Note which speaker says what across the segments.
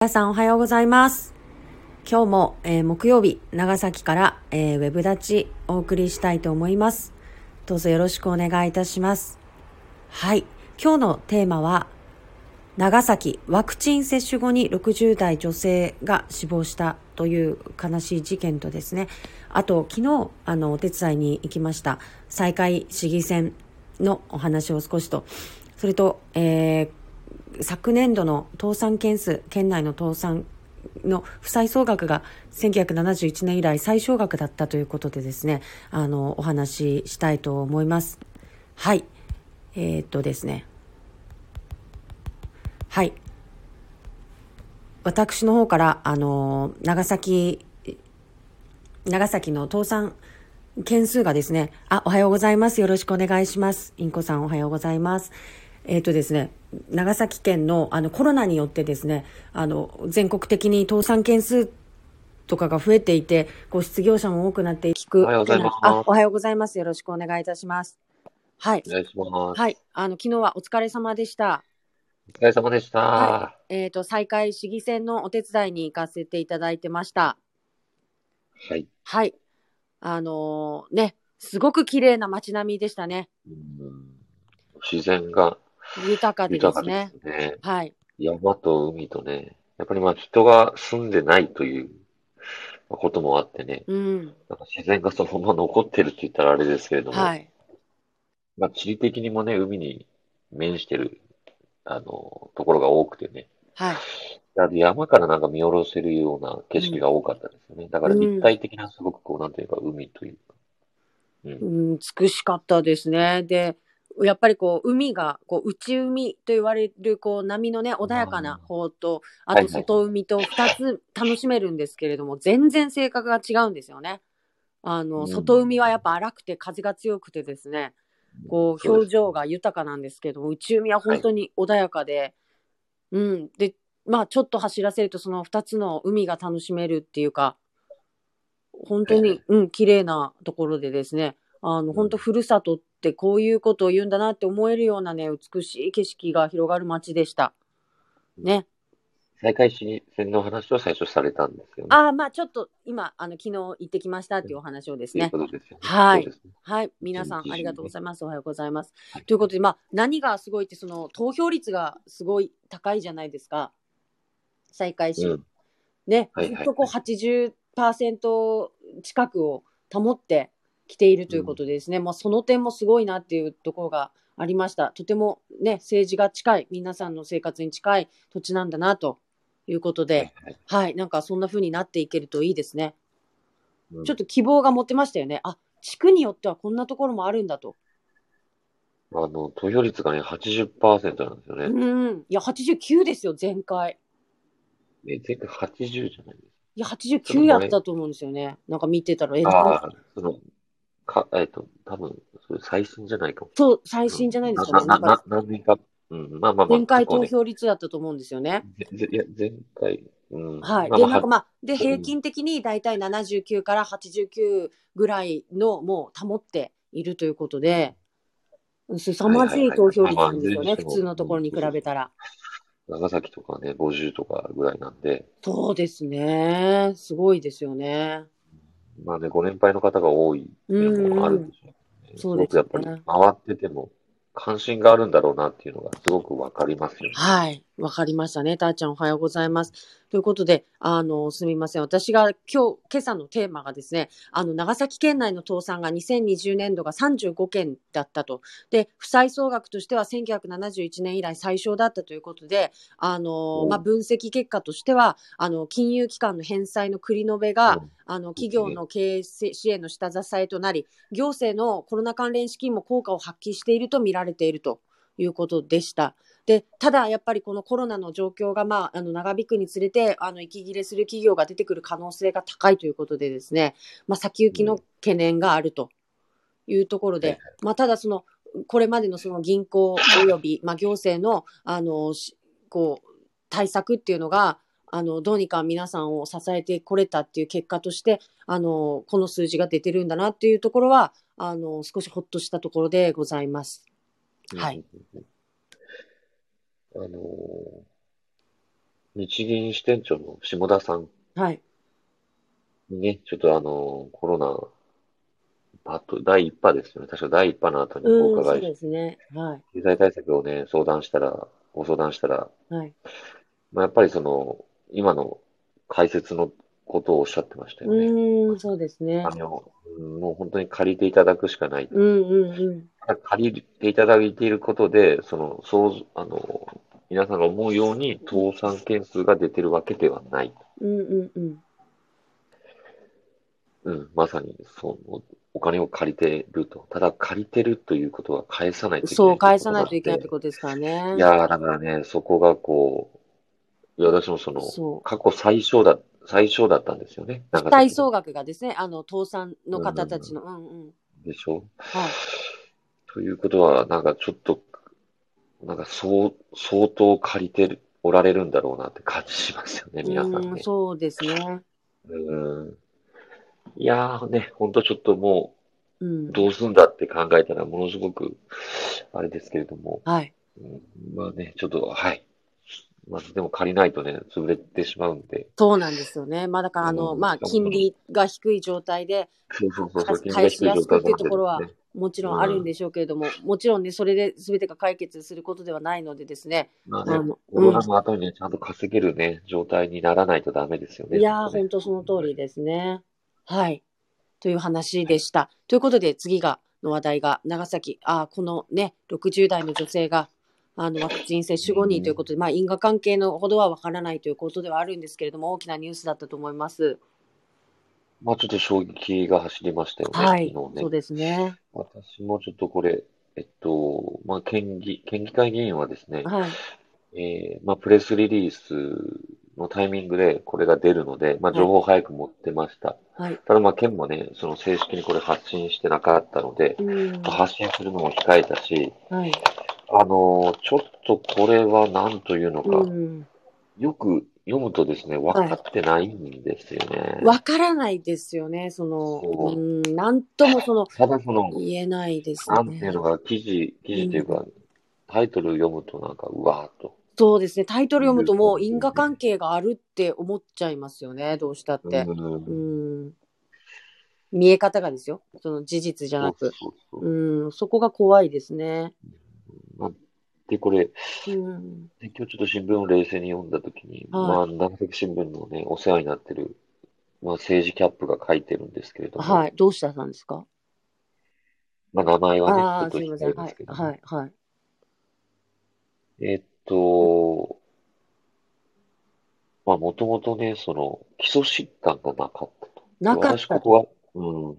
Speaker 1: 皆さんおはようございます。今日も、えー木曜日、長崎から、えーウェブ立ちお送りしたいと思います。どうぞよろしくお願いいたします。はい。今日のテーマは、長崎ワクチン接種後に60代女性が死亡したという悲しい事件とですね、あと昨日、あの、お手伝いに行きました、再開市議選のお話を少しと、それと、えー昨年度の倒産件数、県内の倒産の負債総額が1971年以来最小額だったということでですね、あの、お話ししたいと思います。はい。えーっとですね。はい。私の方から、あの、長崎、長崎の倒産件数がですね、あ、おはようございます。よろしくお願いします。インコさんおはようございます。えっ、とですね、長崎県のあのコロナによってですね、あの、全国的に倒産件数とかが増えていて、こう失業者も多くなって聞く。
Speaker 2: おはようございます
Speaker 1: あ、おはようございます。よろしくお願いいたします。はい
Speaker 2: お。願いします。
Speaker 1: はい。あの、昨日はお疲れ様でした。
Speaker 2: お疲れ様でした。
Speaker 1: は
Speaker 2: は
Speaker 1: えっ、と、再開市議選のお手伝いに行かせていただいてました。
Speaker 2: い。
Speaker 1: はい。あのーね、すごく綺麗な街並みでしたね。
Speaker 2: うん自然が
Speaker 1: 豊かでで
Speaker 2: 豊
Speaker 1: す
Speaker 2: かで
Speaker 1: ね。
Speaker 2: すね。
Speaker 1: はい。
Speaker 2: 山と海とね、やっぱりまあ人が住んでないということもあってね、
Speaker 1: うん。
Speaker 2: なんか自然がそのまま残ってるって言ったらあれですけれども、
Speaker 1: はい。
Speaker 2: まあ地理的にもね、海に面してる、あの、ところが多くてね、
Speaker 1: はい。
Speaker 2: だって山からなんか見下ろせるような景色が多かったですよね。だから立体的なすごくこう、なんていうか海というか、うん
Speaker 1: うん、美しかったですね。で、やっぱりこう、海が、こう、内海と言われる、こう、波のね、穏やかな方と、あ
Speaker 2: はい
Speaker 1: と
Speaker 2: はい
Speaker 1: 外海と2つ楽しめるんですけれども、全然性格が違うんですよね。あ
Speaker 2: う
Speaker 1: の、
Speaker 2: ん
Speaker 1: 外海はやっぱ荒くて風が強くてですね、こう、
Speaker 2: そうで
Speaker 1: 表
Speaker 2: す
Speaker 1: 情が豊かなんですけども、内海は本当に穏やかで、うん。で、まあ、ちょっと走らせると、その2つの海が楽しめるっていうか、本当
Speaker 2: はい
Speaker 1: に、うん、綺麗なところでですね、あの、本当ふるさとってこういうことを言うんだなって思えるようなね、美しい景色が広がる街でした。ね。
Speaker 2: 再開始戦の話を最初されたんですよね。
Speaker 1: ああ、まあちょっと今、あの、昨日行ってきましたっていうお話をです
Speaker 2: という
Speaker 1: ね。
Speaker 2: ことですよね。
Speaker 1: はい
Speaker 2: そうですね
Speaker 1: はい。皆さん、
Speaker 2: 一日中
Speaker 1: ありがとうございます。おはようございます
Speaker 2: はい。
Speaker 1: ということで、まあ、何がすごいって、その、投票率がすごい高いじゃないですか。再開し。
Speaker 2: うん
Speaker 1: ね、
Speaker 2: はいはい
Speaker 1: ずっとこう80%近くを保ってきているということでですね、まあ、その点もすごいなっていうところがありました。とてもね、政治が近い、皆さんの生活に近い土地なんだなということで、
Speaker 2: はい
Speaker 1: はい、なんかそんな風になっていけるといいですね。
Speaker 2: うん
Speaker 1: ちょっと希望が持てましたよね。あ、地区によってはこんなところもあるんだと。
Speaker 2: あの、投票率がね、80%なんです
Speaker 1: う
Speaker 2: よね。
Speaker 1: ん、いや、89ですよ、前回。
Speaker 2: え、前回80じゃないです
Speaker 1: いや、89やったと思うんですよね。なんか見てたら、え
Speaker 2: か。ああ、その、か、えっと、多分、それ最新じゃないかも。
Speaker 1: そう、最新じゃないですかね。な
Speaker 2: な、
Speaker 1: ん
Speaker 2: な、
Speaker 1: か
Speaker 2: な何年か。うん、まあまあまあ。
Speaker 1: 前回
Speaker 2: 結構
Speaker 1: 投
Speaker 2: ね
Speaker 1: 票率だったと思うんですよね。
Speaker 2: ぜぜいや、前回。うん。
Speaker 1: はい。
Speaker 2: まあ
Speaker 1: で、
Speaker 2: ま
Speaker 1: な
Speaker 2: あ
Speaker 1: んかまあ、で、
Speaker 2: うん
Speaker 1: 平均的に大体79から89ぐらいの、もう保っているということで、凄まじい投票率なんですよね、
Speaker 2: はいはいはい
Speaker 1: 普通のところに比べたら。
Speaker 2: 長崎とかね、50とかぐらいなんで、
Speaker 1: そうですね。すごいですよね。
Speaker 2: まあね、ご年配の方が多いっていうのもあるんでしょうね。
Speaker 1: そうです
Speaker 2: ごくやっぱ
Speaker 1: ね
Speaker 2: り回ってても関心があるんだろうなっていうのがすごくわかりますよね。
Speaker 1: はい。わかりましたね。たーちゃんおはようございます。ということで、あの、すみません。私が今日、今朝のテーマがですね、あの、長崎県内の倒産が2020年度が35件だったと。で、負債総額としては1971年以来最小だったということで、あの、
Speaker 2: うん
Speaker 1: まあ、分析結果としては、あの、金融機関の返済の繰り延べが、
Speaker 2: うん
Speaker 1: あの企業の経営支援の下支えとなり、行政のコロナ関連資金も効果を発揮していると見られているということでした。でただ、やっぱりこのコロナの状況が、まあ、あの長引くにつれてあの息切れする企業が出てくる可能性が高いということでですね、まあ、先行きの懸念があるというところ
Speaker 2: はい
Speaker 1: で、まあ、ただその、これまでのその銀行および、まあ、行政のあのしこう対策っていうのが、あのどうにか皆さんを支えてこれたっていう結果として、あのこの数字が出てるんだなっていうところは、あの少しほっとしたところでございます。はい
Speaker 2: うんうんうん。あのー日銀支店長の下田さん
Speaker 1: はい。
Speaker 2: にね、ちょっとあの、コロナ、あと、第一波ですよね。確か第一波の後にお
Speaker 1: うん、そ
Speaker 2: 伺
Speaker 1: う
Speaker 2: いし
Speaker 1: で
Speaker 2: て、
Speaker 1: すね。は
Speaker 2: 経済対策をね、相談したら、ご相談したら、
Speaker 1: い。はい。
Speaker 2: まあ、やっぱりその、今の解説のことをおっしゃってましたよね。
Speaker 1: うーん、そうですね
Speaker 2: あ。の、うんもう本当に借りていただくしかない。
Speaker 1: うんうん
Speaker 2: ただ借りていただいていることで、その、そう、あの、皆さんが思うように倒産件数が出てるわけではない。
Speaker 1: うん。うんうんうん。
Speaker 2: うん、まさに、そう、お金を借りてると。ただ、借りてるということは返さないといけない。
Speaker 1: そう、返さないといけないってことですからね。
Speaker 2: いやー、だからね、そこがこう、いや私もその、
Speaker 1: そう。
Speaker 2: 過去最小だ、最小だったんですよね。
Speaker 1: 期待総額がですね、あの、倒産の方たちの、うんうん。
Speaker 2: でしょ
Speaker 1: はい。
Speaker 2: ということは、なんかちょっと、なんかそう、相当借りてる、おられるんだろうなって感じしますよね、皆さん
Speaker 1: う
Speaker 2: ね
Speaker 1: ん、。そうですね。
Speaker 2: うん。いやーね、ほんとちょっとも
Speaker 1: うん
Speaker 2: う、。どうすんだって考えたら、ものすごく、あれですけれども、
Speaker 1: はい。
Speaker 2: うんまあね、ちょっと、はい。まあ、でも借りないとね、潰れてしまうんで。
Speaker 1: そうなんですよね。まあだから、あの、
Speaker 2: うん
Speaker 1: まあ、金利が低い状態で、
Speaker 2: そうそうそうそう、
Speaker 1: 返しやすくっていうところは
Speaker 2: 金利が低い状態になってるんですね
Speaker 1: もちろんあるんでしょうけれども、もちろんね、それで全てが解決することではないのでですね。
Speaker 2: まあ
Speaker 1: あ
Speaker 2: ね、
Speaker 1: の
Speaker 2: コロナの後にね、ちゃんと稼げるね、状態にならないとダメですよね。
Speaker 1: いやー、
Speaker 2: ちょっ
Speaker 1: 本当その通りですね。はい。という話でした。ということで、次が、の話題が、長崎、あーこのね、60代の女性が、あの、ワクチン接種後にということで、まあ、因果関係のほどはわからないということではあるんですけれども、大きなニュースだったと思います。
Speaker 2: とねまあちょっと衝撃が走りましたよね、
Speaker 1: はい
Speaker 2: 昨。日
Speaker 1: そう
Speaker 2: ね。
Speaker 1: ですね。
Speaker 2: 私もちょっとこれ、えっと、まあ県議、県議会議員はですね、
Speaker 1: はい。
Speaker 2: えーまあプレスリリースのタイミングでこれが出るので、まあ
Speaker 1: はい
Speaker 2: 情報を早く持ってました。
Speaker 1: はい。
Speaker 2: ただまあ県もね、その正式にこれ発信してなかったので、
Speaker 1: うん。
Speaker 2: 発信するのも控えたし、
Speaker 1: はい。
Speaker 2: あのーちょっとこれは何というのか、
Speaker 1: うん。
Speaker 2: よく読むとですね、分かってないんですよね。
Speaker 1: わからないですよね。その、
Speaker 2: そ
Speaker 1: う
Speaker 2: う
Speaker 1: ん、なんともその、
Speaker 2: ただその、
Speaker 1: 言えないです
Speaker 2: なんていう
Speaker 1: ね。
Speaker 2: のか、記事、記事というか、タイトル読むとなんか、うわーっと。
Speaker 1: そうですね。タイトル読むともう因果関係があるって思っちゃいますよね。どうしたっ
Speaker 2: う
Speaker 1: て。うんん。見え方がですよ。その事実じゃな
Speaker 2: そう
Speaker 1: く。
Speaker 2: そうそう。
Speaker 1: うん。そこが怖いですね。
Speaker 2: で、これ、で
Speaker 1: うん。
Speaker 2: 今日ちょっと新聞を冷静に読んだときに、
Speaker 1: はい
Speaker 2: まあ、長崎新聞のね、お世話になってる、まあ、政治キャップが書いてるんですけれども、
Speaker 1: はい。どうしたさんですか
Speaker 2: まあ、名前はね、
Speaker 1: ああ、
Speaker 2: ち
Speaker 1: す
Speaker 2: ょっ
Speaker 1: み
Speaker 2: と
Speaker 1: ま
Speaker 2: 控
Speaker 1: せ
Speaker 2: え
Speaker 1: ん。
Speaker 2: ま
Speaker 1: は
Speaker 2: す
Speaker 1: い
Speaker 2: け。ど、
Speaker 1: はい。はい。
Speaker 2: えっと、まあ、もともとね、その、基礎疾患がなかったと。
Speaker 1: なかっ
Speaker 2: 私、
Speaker 1: た。
Speaker 2: ことこは、うん、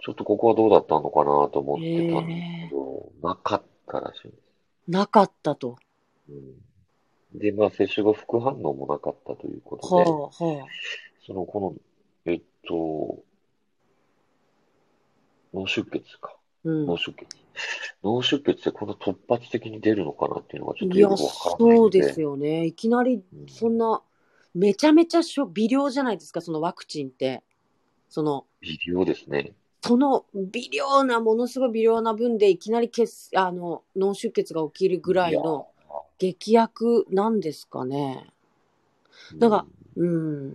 Speaker 2: ちょっとここはどうだったのかなと思ってたんです
Speaker 1: え
Speaker 2: けど、なかったらしいんで
Speaker 1: ーなかったと。
Speaker 2: す。うん、で、まあ、接種後副反応もなかったということ
Speaker 1: は
Speaker 2: で、
Speaker 1: あ、は
Speaker 2: その、この、えっと、脳出血
Speaker 1: あ。
Speaker 2: か。
Speaker 1: うん
Speaker 2: 脳。出血。脳出血ってこんな突発的に出るのかなっていうのがちょっと
Speaker 1: い
Speaker 2: よ
Speaker 1: や
Speaker 2: く、わからない
Speaker 1: そ
Speaker 2: の
Speaker 1: う
Speaker 2: で。
Speaker 1: ですよね。いきなり
Speaker 2: うん
Speaker 1: そんな、めちゃめちゃしょ微量じゃないですか、そのワクチンって。その、
Speaker 2: 微量ですね。
Speaker 1: その微量な、ものすごい微量な分で、いきなり血あの脳出血が起きるぐらいの劇薬なんですかね。
Speaker 2: いやー。
Speaker 1: なんか
Speaker 2: う
Speaker 1: うん。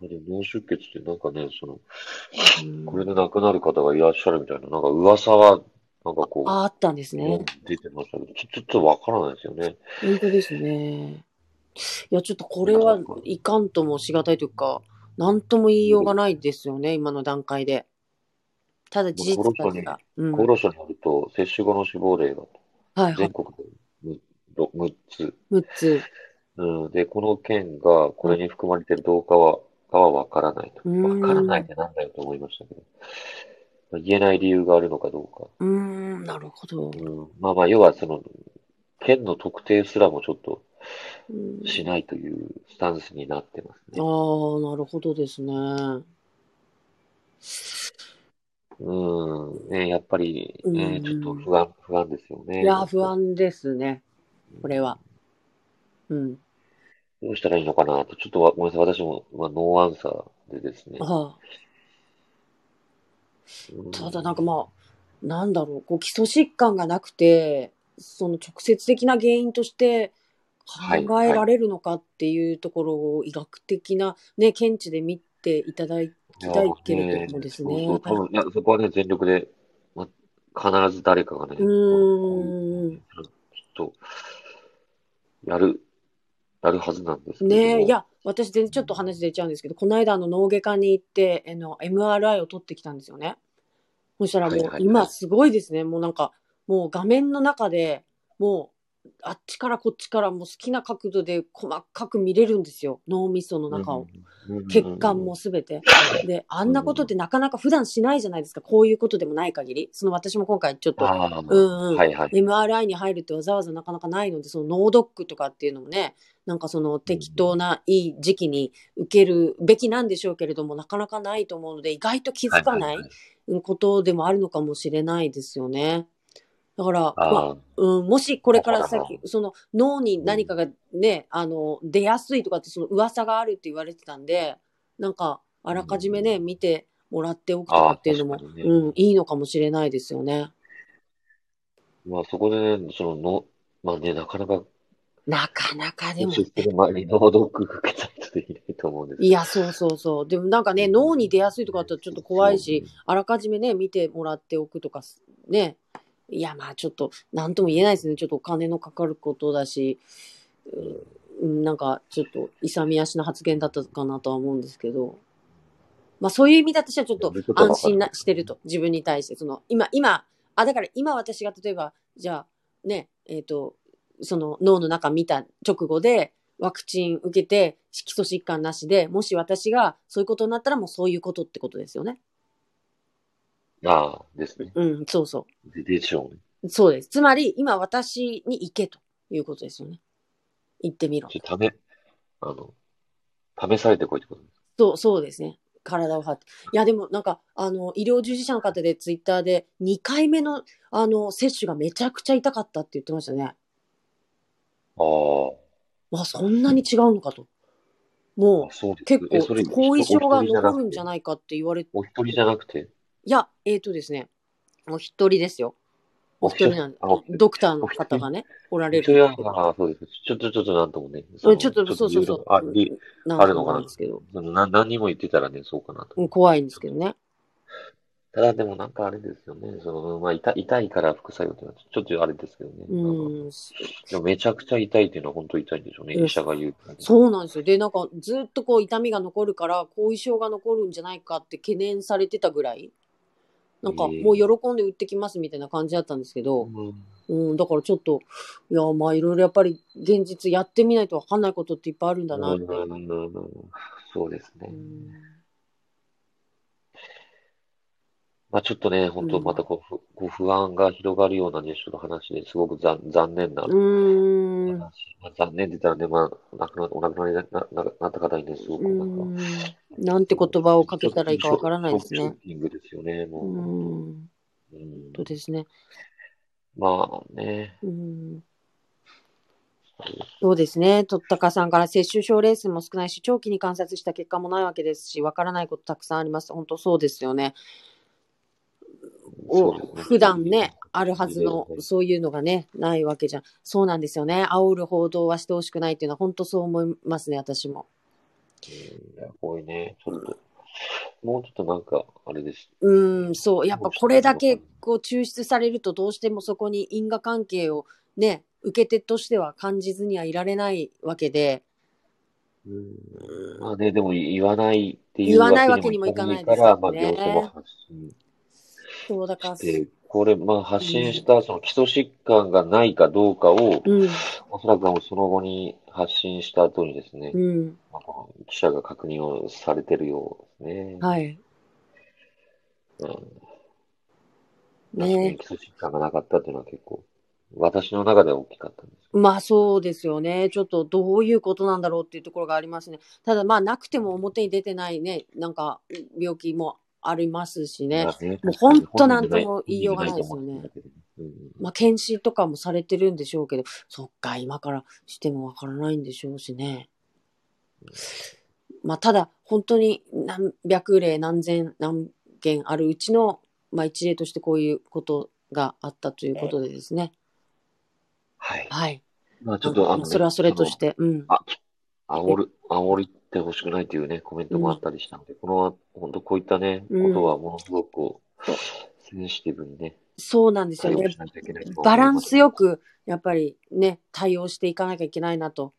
Speaker 2: でも脳出血ってなんかね、その、
Speaker 1: うん
Speaker 2: これで亡くなる方がいらっしゃるみたいな、なんか噂は、なんかこ
Speaker 1: ああったんです
Speaker 2: う、
Speaker 1: ね。
Speaker 2: 出てましたけど、ちょちょっとわからないですよね。
Speaker 1: 本当ですね。いや、ちょっとこれはいかんともしがたいというか、なんとも言いようがないですよね、今の段階で。ただ事実だけが。うん。
Speaker 2: 厚
Speaker 1: はい
Speaker 2: 労省によると、接種後の死亡例が
Speaker 1: はい。
Speaker 2: 全国で 6, つ。
Speaker 1: 6つ。
Speaker 2: うん、で、この件が、これに含まれているどうかは、かはわからないと。
Speaker 1: うん
Speaker 2: わからないってなんだよと思いましたけど。まあ言えない理由があるのかどうか。
Speaker 1: うーん、なるほど。
Speaker 2: うん、まあまあ、要はその、県の特定すらもちょっと
Speaker 1: うん
Speaker 2: しないというスタンスになってます
Speaker 1: ああ、
Speaker 2: ね。
Speaker 1: なるほどですね。
Speaker 2: うん、ね、やっぱり、
Speaker 1: う
Speaker 2: ね、
Speaker 1: ん
Speaker 2: ちょっと不安、不安ですよね。
Speaker 1: いや、不。安ですね、これは。うん。
Speaker 2: どうしたらいいのかなと、ちょっとわごめんなさい、私も、まあ、ノーアンサーでですね。
Speaker 1: は
Speaker 2: うん
Speaker 1: あ、ただ、なんかまあ、なんだろう、こう基礎疾患がなくて、その直接的な原因として
Speaker 2: はい
Speaker 1: 考えられるのかっていうところを医学的な、ね、見地で見ていただきたいけれどもですね。
Speaker 2: そうそう、多分いや、そこはね、全力で、ま、必ず誰かがね、
Speaker 1: うーん
Speaker 2: ちょっと、やる、やるはずなんですけれども
Speaker 1: ねえ、いや、私全然ちょっと話出ちゃうんですけど、この間あの脳外科に行って、あの MRI を取ってきたんですよね。そしたらも
Speaker 2: はいは
Speaker 1: う
Speaker 2: いはい
Speaker 1: 今すごいですね。もうなんか、もう画面の中でもうあっちからこっちからもう好きな角度で細かく見れるんですよ。脳みその中を。
Speaker 2: うん
Speaker 1: 血管も、すべて。で、あんなことってなかなか普段しないじゃないですか。こういうことでもない限り。その私も今回ちょっと
Speaker 2: ああ、
Speaker 1: うんうん
Speaker 2: はいはい。
Speaker 1: MRI に入るってわざわざなかなかないので、その脳ドックとかっていうのもね、なんかその適当ないい時期に受けるべきなんでしょうけれども、なかなかないと思うので、意外と気づかない
Speaker 2: はは
Speaker 1: ことでもあるのかもしれないですよね。だから、まあ
Speaker 2: ああ、
Speaker 1: うん、もしこれからさっ
Speaker 2: あ
Speaker 1: き、その脳に何かがね、あの、出やすいとかってその噂があるって言われてたんで、なんか、あらかじめね、見てもらっておくとかっていうのも、
Speaker 2: あー確かにね
Speaker 1: うん、いいのかもしれないですよね。
Speaker 2: まあそこでね、その、の、まあね、なかなか、
Speaker 1: なかなかでも、
Speaker 2: 接してる前に脳ドック受けた人できないと思うんですけど
Speaker 1: いや、そうそうそう。でもなんかね、脳に出やすいとかだったらちょっと怖いし、、あらかじめね、見てもらっておくとか、ね。いや、まあちょっと、なんとも言えないですね。ちょっとお金のかかることだし、うん、なんかちょっと勇み足な発言だったかなとは思うんですけど、まあそういう意味で私はちょっと
Speaker 2: いや僕とは
Speaker 1: 安心なしてると、自分に対して、その今、今、あ、だから今私が例えば、じゃあね、えっ、と、その脳の中見た直後で、ワクチン受けて基礎疾患なしで、もし私がそういうことになったらもうそういうことってことですよね。
Speaker 2: うんああ、ですね。
Speaker 1: うん、そうそ
Speaker 2: ででしょうね。
Speaker 1: う。そうです。つまり今私に行けということですよね。行ってみろ。
Speaker 2: ちょっと試、あの、試されてこいってことです。
Speaker 1: そう、そうですね。体を張って。いや、でもなんか、あの、医療従事者の方でツイッターで2回目の、あの、接種がめちゃくちゃ痛かったって言ってましたね。
Speaker 2: あ
Speaker 1: まあ、そんなに違うのかと。も
Speaker 2: あ、そう
Speaker 1: う、
Speaker 2: です。
Speaker 1: 結
Speaker 2: えそれ
Speaker 1: 構、後遺症が残るんじゃ
Speaker 2: な
Speaker 1: な
Speaker 2: い
Speaker 1: いかって言われて、
Speaker 2: お一人じゃなくて、
Speaker 1: いや、えっ、とですね、お一人ですよ。お一人なん
Speaker 2: あお一人
Speaker 1: ドクターの方がね、おら
Speaker 2: お
Speaker 1: れ
Speaker 2: 一
Speaker 1: る。
Speaker 2: 人なのかな、そうです。ちょっと、ちょっとなんともね。
Speaker 1: う
Speaker 2: の
Speaker 1: んちょっと、そうそうそ
Speaker 2: いうろいろあり。
Speaker 1: な
Speaker 2: あ
Speaker 1: んと
Speaker 2: るの
Speaker 1: も
Speaker 2: かな
Speaker 1: なんですけど。
Speaker 2: そのな何も言ってたらね、そうかなと。
Speaker 1: うん怖いんですけどね。
Speaker 2: ただでもなんかあれですよね。その、まあ、痛痛いから副作用っていうのはちょちょっとあれですけどね。なんか
Speaker 1: うん、
Speaker 2: でもめちゃくちゃ痛いっていうのは本当痛いんでしょうね。
Speaker 1: うん
Speaker 2: 医者が言う。
Speaker 1: そうなんですよ。で、なんかずっとこう痛みが残るから、後遺症が残るんじゃないかって懸念されてたぐらい、なんか
Speaker 2: ええ
Speaker 1: もう喜んで売ってきますみたいな感じだったんですけど、
Speaker 2: うん
Speaker 1: うん、だからちょっと、いや、まあいろいろやっぱり現実やってみないとわかんないことっていっぱいあるんだなって。
Speaker 2: うんうんうんそうですね
Speaker 1: う。ん
Speaker 2: まあちょっとね、本当またこう、ふこう不安が広がるようなね、ちょっと話ですごく残残念な
Speaker 1: うーん。
Speaker 2: まあ残念って言ったらね、まあ、亡くなお亡くなりになななった方にね、すごくなんか。
Speaker 1: うんなんて言葉をかけたらいいかわからないです
Speaker 2: ショッ
Speaker 1: ね。
Speaker 2: キングですよね、も
Speaker 1: う
Speaker 2: う。
Speaker 1: ん。
Speaker 2: うん
Speaker 1: そうですね。
Speaker 2: まあね、
Speaker 1: うんそうですね。とったかさんから接種症例数も少ないし、長期に観察した結果もないわけですし、わからないことたくさんあります。本当そうですよね。
Speaker 2: そうですね
Speaker 1: 普段ね、あるはずの、そういうのがね、ないわけじゃん。そうなんですよね。煽る報道はしてほしくないっていうのは、本当そう思いますね、私も。
Speaker 2: うんいやこういうね、ちょっと、もうちょっとなんか、あれです。
Speaker 1: うん、そう。やっぱこれだけ、こう、抽出されると、どうしてもそこに因果関係をね、受け手としては感じずにはいられないわけで、
Speaker 2: うんまあね、でも言わないっていう
Speaker 1: 言わないわけにもいかないです
Speaker 2: から、
Speaker 1: よね
Speaker 2: まあ行政も発信
Speaker 1: そうだから、
Speaker 2: して、これ、まあ発信したその基礎疾患がないかどうかを、
Speaker 1: うん、
Speaker 2: おそらくその後に発信した後にですね、
Speaker 1: うん、
Speaker 2: まあこの記者が確認をされてるようですね。
Speaker 1: はい。
Speaker 2: うん確か
Speaker 1: ね
Speaker 2: に基礎疾患がなかったっていうのは結構、私の中では大きかったんですけど。
Speaker 1: まあそうですよね。ちょっとどういうことなんだろうっていうところがありますね。ただまあなくても表に出てないね、なんか病気もありますしね
Speaker 2: ま。あね
Speaker 1: もう本当なんとも言いようがないですよね。
Speaker 2: 本人じゃと思うんだけどうん
Speaker 1: まあ検視とかもされてるんでしょうけど、そっか、今からしてもわからないんでしょうしね。まあただ本当に何百例何千何件あるうちの、まあ一例としてこういうことがあったということでですね。
Speaker 2: はい。
Speaker 1: はい。
Speaker 2: まあちょっとあの、
Speaker 1: まあそれはそれとして、うん。
Speaker 2: あ、煽る、煽りってほしくないというね、コメントもあったりしたので、この、本当こういったね、
Speaker 1: うん
Speaker 2: ことはものすごくこう、センシティブにね、
Speaker 1: そうなんですよ
Speaker 2: 対応
Speaker 1: ね
Speaker 2: し。ないといけないと思います
Speaker 1: バランスよ。く、やっぱりね、対応していかなきゃいけないなと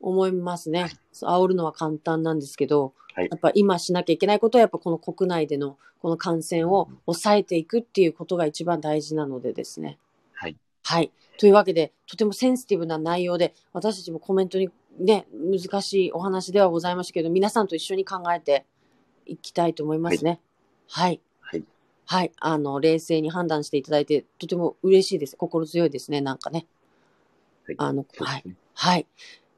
Speaker 1: 思いますね。煽るのは簡単なんですけど、
Speaker 2: はい
Speaker 1: やっぱ今しなきゃいけないことは、やっぱこの国内でのこの感染を抑えていくっていうことが一番大事なのでですね。
Speaker 2: はい。
Speaker 1: はい。というわけで、とてもセンシティブな内容で、私たちもコメントにね、難しいお話ではございましたけど、皆さんと一緒に考えていきたいと思いますね。はい
Speaker 2: はい。
Speaker 1: はい、あの冷静に判断していただいて、とても嬉しいです。心強いですね、なんかね。
Speaker 2: はい
Speaker 1: あの、
Speaker 2: そう
Speaker 1: は
Speaker 2: で
Speaker 1: い
Speaker 2: す、ね。
Speaker 1: はい。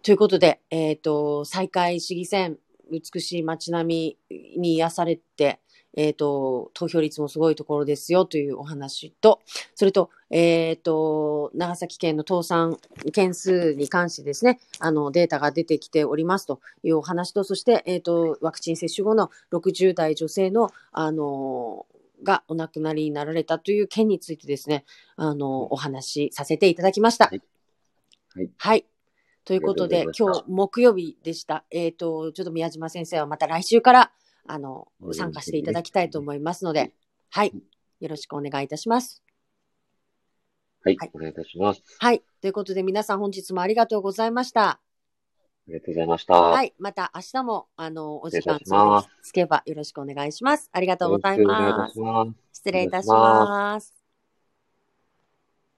Speaker 1: ということで、えっ、と、再開市議選、美しい街並みに癒されて、えっ、と、投票率もすごいところですよというお話と、それと、えっ、と、長崎県の倒産件数に関してですね、あの、データが出てきておりますというお話と、そして、えっ、と、ワクチン接種後の60代女性の、あの、がお亡くなりになられたという件についてですね、あの、お話しさせていただきました。
Speaker 2: はいはい
Speaker 1: はい。ということ
Speaker 2: あ
Speaker 1: で
Speaker 2: りが、とうご
Speaker 1: 今
Speaker 2: ざいまし
Speaker 1: 日木曜日でした。えっ、と、ちょっと宮島先生はまた来週から、あの
Speaker 2: は、い
Speaker 1: 参加していただきたいと思いますので、はい。よろしくお願いいたします。
Speaker 2: はい
Speaker 1: はい、
Speaker 2: お願いいたします。
Speaker 1: はい。ということで、皆さん本日もありがとうございました。
Speaker 2: ありがとうございました。
Speaker 1: はい。また明日も、あの、お時間
Speaker 2: お願いいたします
Speaker 1: つけばよろしくお願いします。ありがとうござい
Speaker 2: よろしくお願いい
Speaker 1: ま
Speaker 2: た
Speaker 1: す
Speaker 2: し。ます。
Speaker 1: 失礼いたし
Speaker 2: お願いし
Speaker 1: ます。